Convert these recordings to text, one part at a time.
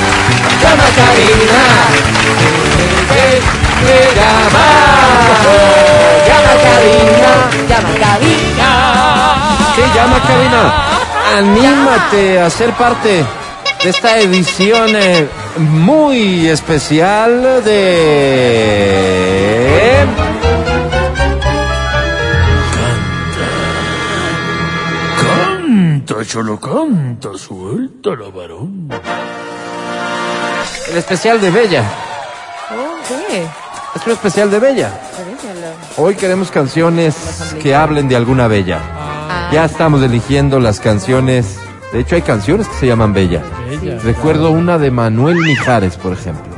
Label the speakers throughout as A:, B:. A: Santa Macarena. Llama, llama cabina, llama cabina.
B: Sí, llama cabina. Anímate a ser parte de esta edición eh, muy especial de...
C: Canta, cholo, canta, suelta la varón.
B: El especial de Bella.
A: Oh, sí,
B: Es un especial de Bella.
A: revísalo.
B: Hoy queremos canciones que hablen de alguna Bella. Ya estamos eligiendo las canciones. De hecho, hay canciones que se llaman Bella.
C: Bella.
B: Recuerdo una de Manuel Mijares, por ejemplo.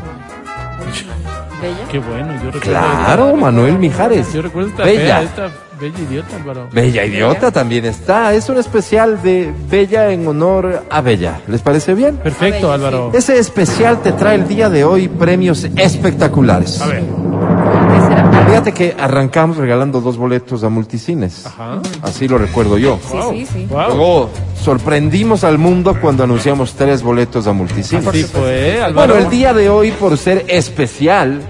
A: ¿Bella?
C: Qué bueno, yo recuerdo.
B: Claro, Manuel Mijares.
C: Yo recuerdo esta
B: Bella.
C: fea, esta bella idiota, Álvaro.
B: Bella Idiota también está. Es un especial de Bella en honor a Bella. ¿Les parece bien?
C: Perfecto,
A: Bella,
C: Álvaro.
B: Ese especial te trae el día de hoy premios espectaculares.
C: A ver.
A: ¿Qué será?
B: Fíjate que arrancamos regalando dos boletos a multicines.
C: Ajá.
B: Así lo recuerdo yo.
A: Sí, sí, sí.
C: Wow.
B: Luego sorprendimos al mundo cuando anunciamos tres boletos a multicines.
C: Así fue, pues, eh, Álvaro.
B: Bueno, el día de hoy, por ser especial,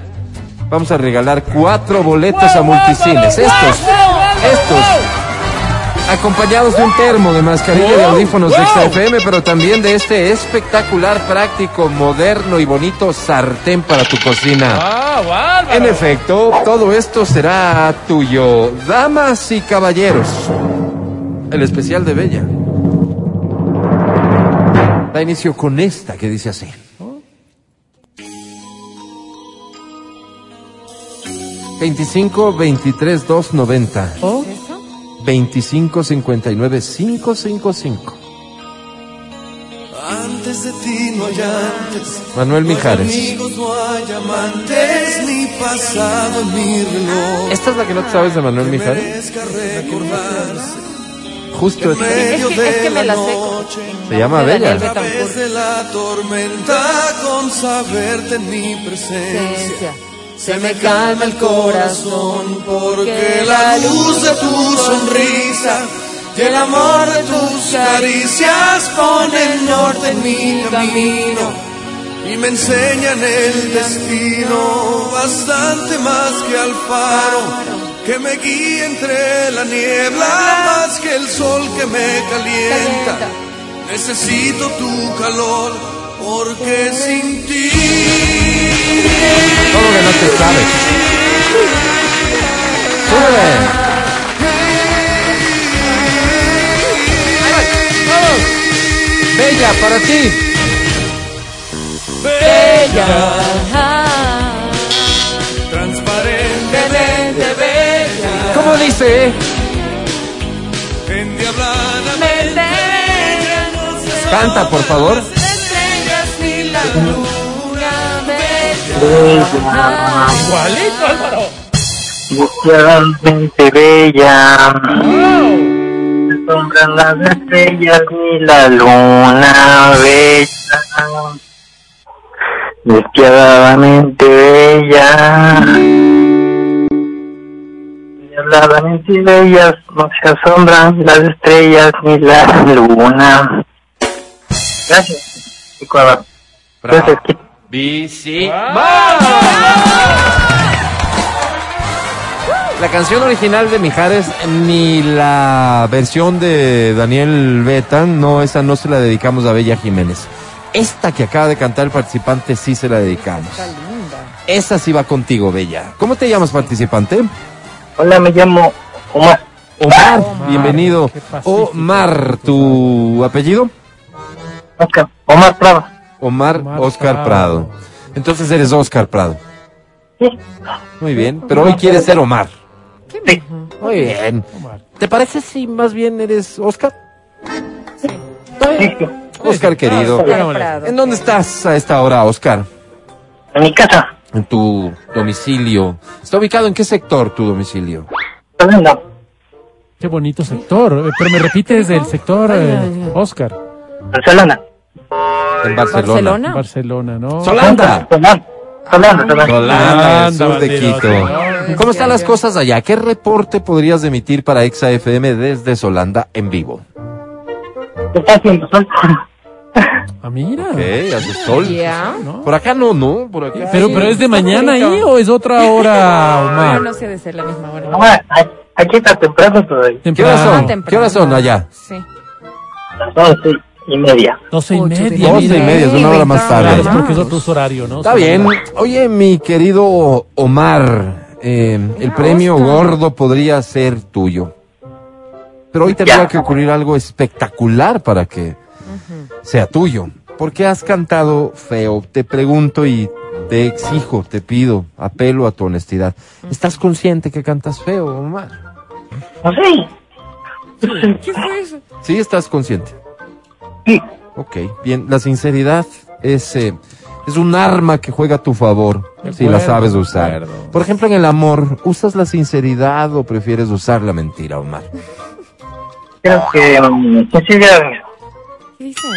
B: vamos a regalar cuatro boletos a multicines. Estos, estos, acompañados de un termo de mascarilla de audífonos de XFM, pero también de este espectacular, práctico, moderno y bonito sartén para tu cocina.
C: Ah, wow, Álvaro.
B: En efecto, todo esto será tuyo, damas y caballeros. El especial de Bella. Da inicio con esta que dice así. Veinticinco, veintitrés, dos, noventa.
A: ¿Eso?
B: 25 59 555.
D: Antes de ti no hay antes,
B: Manuel Mijares.
D: amigos no hay amantes, ni pasado en mi reloj.
B: Esta es la que no te sabes de Manuel Mijares.
D: Merezca recordarse
B: Justo esta.
A: Es que, es que me la sé.
B: Se llama Bella.
D: a través de la tormenta con saberte en mi presencia. Se me calma el corazón porque la luz de tu sonrisa y el amor de tus caricias ponen norte en mi camino y me enseñan el destino bastante más que al faro que me guía entre la niebla más que el sol que me calienta. Necesito tu calor porque sin ti
B: Todo lo que no te sabes. Sube. Bella, para ti.
D: transparentemente
B: ¿Cómo dice?
D: endiablada
B: Canta, por favor.
C: Igualito, Álvaro.
E: Especialmente bella. Se Sombran las estrellas y la luna bella. Despiadadamente bella. Despiadadamente bellas no se asombran las estrellas ni la luna. Gracias. Ecuador. Gracias, Kit.
B: Bici. La canción original de Mijares ni la versión de Daniel Betan, no, esa no se la dedicamos a Bella Jiménez. Esta que acaba de cantar el participante sí se la dedicamos. Esa sí va contigo, Bella. ¿Cómo te llamas, participante?
E: Hola, me llamo Omar.
B: Omar, bienvenido.
C: qué pacífico.
B: Omar, ¿tu apellido?
E: Oscar. Omar Prava.
B: Omar,
C: Omar
B: Oscar Prado.
C: Prado.
B: Entonces eres Oscar Prado.
E: Sí.
B: Muy bien, pero hoy quieres ser Omar.
E: Sí.
B: Muy bien.
C: Omar.
B: ¿Te parece si más bien eres Oscar?
E: Sí, sí.
B: Oscar querido. ¿En dónde estás a esta hora, Oscar?
E: En mi casa.
B: En tu domicilio. ¿Está ubicado en qué sector tu domicilio?
E: ¿Estás viendo?
C: Qué bonito sector. Eh, Pero me repites el sector eh, Oscar.
E: Barcelona.
B: En Barcelona.
A: ¿Barcelona?
C: Barcelona, ¿no?
B: Solanda.
E: Solana. Solana, Solana.
B: Solanda, el Ah, sur de
C: bandidote,
B: Quito.
C: ¿no?
B: ¿Cómo están las cosas allá? ¿Qué reporte podrías emitir para Exa FM desde Solanda en vivo?
E: ¿Qué está haciendo sol?
C: Ah, mira.
B: Ok, hace sol.
A: Ya.
C: ¿No?
B: Por acá no, ¿no? Por acá.
C: Pero, pero es de mañana ahí o es otra hora,
A: Pero
C: Omar.
A: no se ha de ser la misma hora.
E: No, a- aquí está temprano todavía.
B: ¿Qué horas
A: Ah,
B: son?
C: Temprano.
A: temprano.
B: ¿Qué horas son allá?
A: Sí.
E: Las once y media.
C: Doce y
A: Ocho de
C: media.
A: la
B: Doce y
C: mira.
B: media, es una hora más
C: Claro, es
B: tarde. Ah.
C: porque es otro horario, ¿no?
B: Está bien. Oye, mi querido Omar, eh, el
A: Mira,
B: premio
A: Oscar.
B: gordo podría ser tuyo. Pero hoy tendría que ocurrir algo espectacular para que sea tuyo. ¿Por qué has cantado feo? Te pregunto y te exijo, te pido, apelo a tu honestidad. ¿Estás consciente que cantas feo, Omar?
E: No sé.
A: ¿Qué fue eso?
B: Sí, estás consciente.
E: Sí.
B: Ok, bien. La sinceridad es, eh, es un arma que juega a tu favor
C: De
B: si la
C: acuerdo,
B: sabes
C: de
B: usar.
C: acuerdo.
B: Por ejemplo, en el amor, ¿usas la sinceridad o prefieres usar la mentira, Omar?
E: Creo que, mm, que sí, ya.
A: ¿Qué dicen?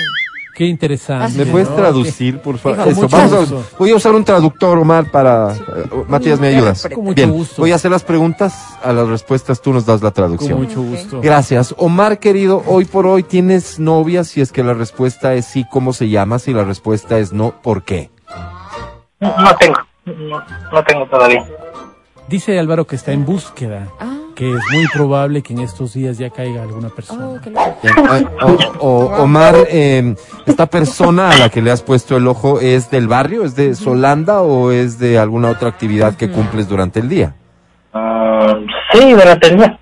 C: Qué interesante.
B: ¿Me puedes
C: ¿no?
B: traducir, por
C: Con
B: favor?
C: mucho
B: vamos a-
C: gusto.
B: voy a usar un traductor, Omar, para... eh, Matías, ¿me ayudas?
A: Con
C: mucho
B: Bien,
C: gusto.
B: voy a hacer las preguntas, a las respuestas tú nos das la
C: Con
B: traducción.
C: mucho gusto.
B: Gracias. Omar, querido, hoy por hoy tienes novia, si es que la respuesta es sí, ¿cómo se llama? Si la respuesta es no, ¿por qué?
E: No no tengo. No, no tengo todavía.
C: Dice Álvaro que está en búsqueda,
A: Ah,
C: que es muy probable que en estos días ya caiga alguna persona.
A: oh, qué loco.
B: Bien, o- ah, o- o- Omar, eh, esta persona a la que le has puesto el ojo es del barrio, es de Solanda o es de alguna otra actividad que cumples durante el día.
E: Mm, sí, durante el día.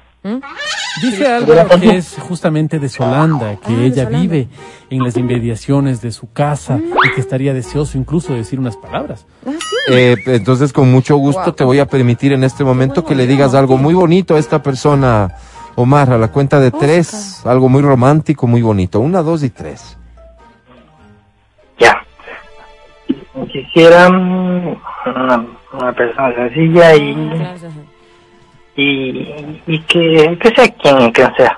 C: Dice Álvaro que es justamente de Solanda, que
A: Ah, de
C: ella
A: Solanda.
C: vive en las inmediaciones de su casa y que estaría deseoso incluso de decir unas palabras.
B: Eh, entonces, con mucho gusto
A: Guau.
B: te voy a permitir en este momento que le digas algo muy bonito a esta persona, Omar, a la cuenta de tres, algo muy romántico, muy bonito. Una, dos y tres.
E: Ya. Quisiera mm, una, una persona sencilla y,
A: Claro, ajá.
E: y, y que, que sea quien, quien sea.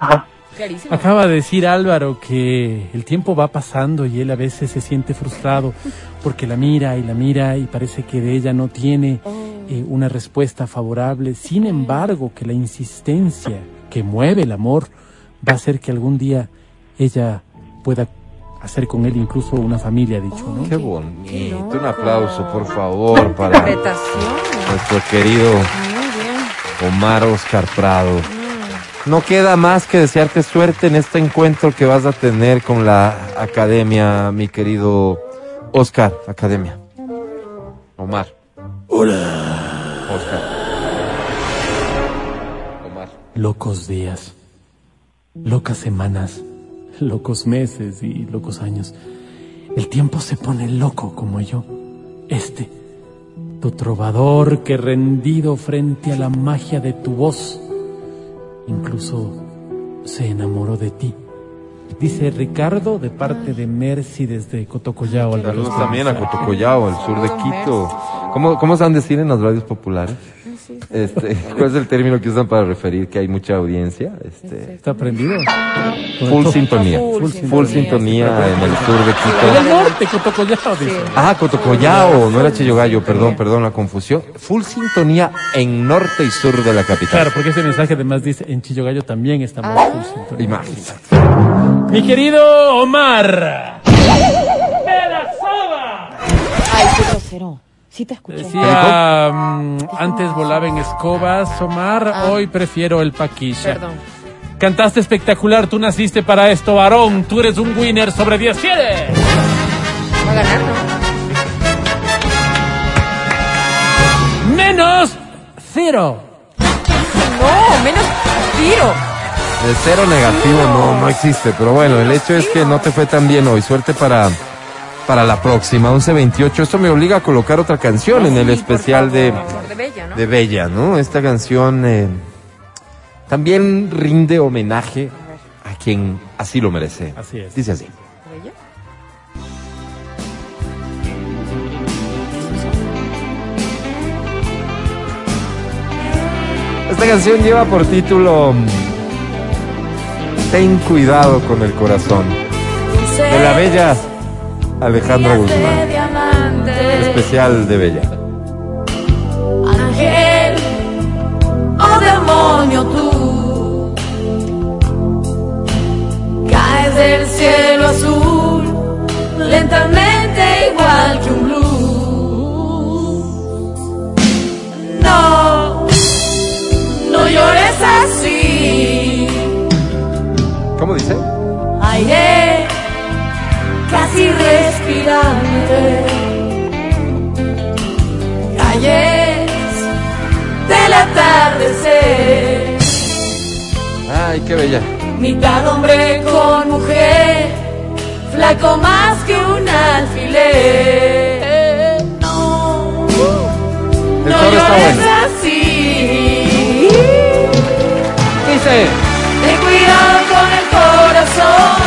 E: Ajá.
A: Clarísimo.
C: Acaba de decir Álvaro que el tiempo va pasando y él a veces se siente frustrado porque la mira y la mira y parece que de ella no tiene
A: Oh.
B: Ah.
C: eh, una respuesta favorable. Sin embargo, que la insistencia que mueve el amor va a hacer que algún día ella pueda hacer con él incluso una familia, ha dicho, ¿no?
B: Qué
A: qué
B: bonito.
A: loco.
B: Un aplauso, por favor, para
A: Interpretación.
B: nuestro querido
A: Muy bien.
B: Omar Oscar Prado. No queda más que desearte suerte en este encuentro que vas a tener con la academia, mi querido Oscar, academia. Omar. Hola. Oscar. Omar.
C: Locos días, locas semanas, locos meses y locos años. El tiempo se pone loco como yo. Este, tu trovador que rendido frente a la magia de tu voz, incluso se enamoró de ti. Dice Ricardo de parte de Mercy desde Cotocollao. Álvaro
B: Saludos
C: Espinosa.
B: también a Cotocollao, el sur de Quito. ¿Cómo, cómo se han de decir en las radios populares? Este, ¿Cuál es el término que usan para referir que hay mucha audiencia? Este,
C: ¿Está aprendido?
B: full sintonía.
A: Full sintonía,
B: Full sintonía en el sur de Quito.
C: Del norte, Cotocollao, dice.
B: Ah, Cotocollao, no era Chillogallo, perdón, perdón la confusión. Full sintonía en norte y sur de la
C: Claro,
B: capital.
C: porque ese mensaje además dice, en Chillogallo también estamos
A: Ah.
C: full sintonía.
B: Imagínate.
C: Mi querido Omar,
A: Ay, qué grosero. Sí te
B: Eh,
A: escuché.
C: decía, mm, antes volaba en escobas, Omar, hoy prefiero el paquilla.
A: Ah. Perdón.
C: Cantaste espectacular, tú naciste para esto, varón, tú eres un winner sobre 10 fieles.
A: Va a ganar, ¿no?
C: Menos cero.
A: No, menos tiro.
B: El cero negativo no, no existe, pero bueno, el hecho es que no te fue tan bien hoy. Suerte para, para la próxima, 11.28. Esto me obliga a colocar otra canción en el
A: Sí, por
B: especial de,
A: favor, de Bella, ¿no?
B: de Bella, ¿no? Esta canción eh, también rinde homenaje a quien así lo merece.
C: Así es.
B: Dice así.
A: Bella.
B: Esta canción lleva por título mm, Ten cuidado con el corazón. De la bella Alejandra Guzmán. Especial de Bella.
F: Ángel, oh demonio tú, caes del cielo azul aire, casi respirante. Calles del atardecer,
B: Ay, qué bella.
F: mitad hombre con mujer, flaco más que un alfiler. No,
B: El
F: no
B: coro está
F: llores
B: bueno.
F: así.
B: Dice.
F: Ten cuidado con el corazón,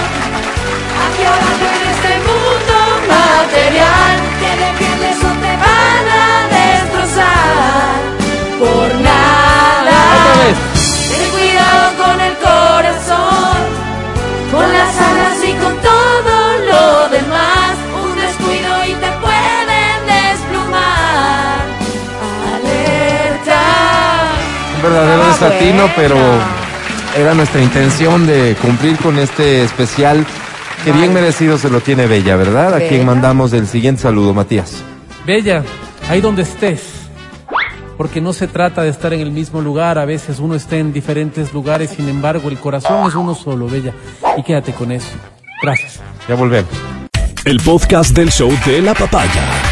F: hacia abajo en este mundo material, que de piel eso te van a destrozar por
B: Otra
F: nada.
B: vez.
F: Ten cuidado con el corazón, con las alas y con todo lo demás, un descuido y te pueden desplumar. Alerta.
B: Un verdadero
F: Ah,
A: Estaba
B: desatino,
A: buena.
B: pero era nuestra intención de cumplir con este especial que bien merecido se lo tiene Bella, ¿verdad? A quien
A: Bella.
B: mandamos el siguiente saludo, Matías.
C: Bella, ahí donde estés. Porque no se trata de estar en el mismo lugar, a veces uno está en diferentes lugares, sin embargo, el corazón es uno solo, Bella. Y quédate con eso. Gracias.
B: Ya volvemos.
G: El podcast del show de la papaya.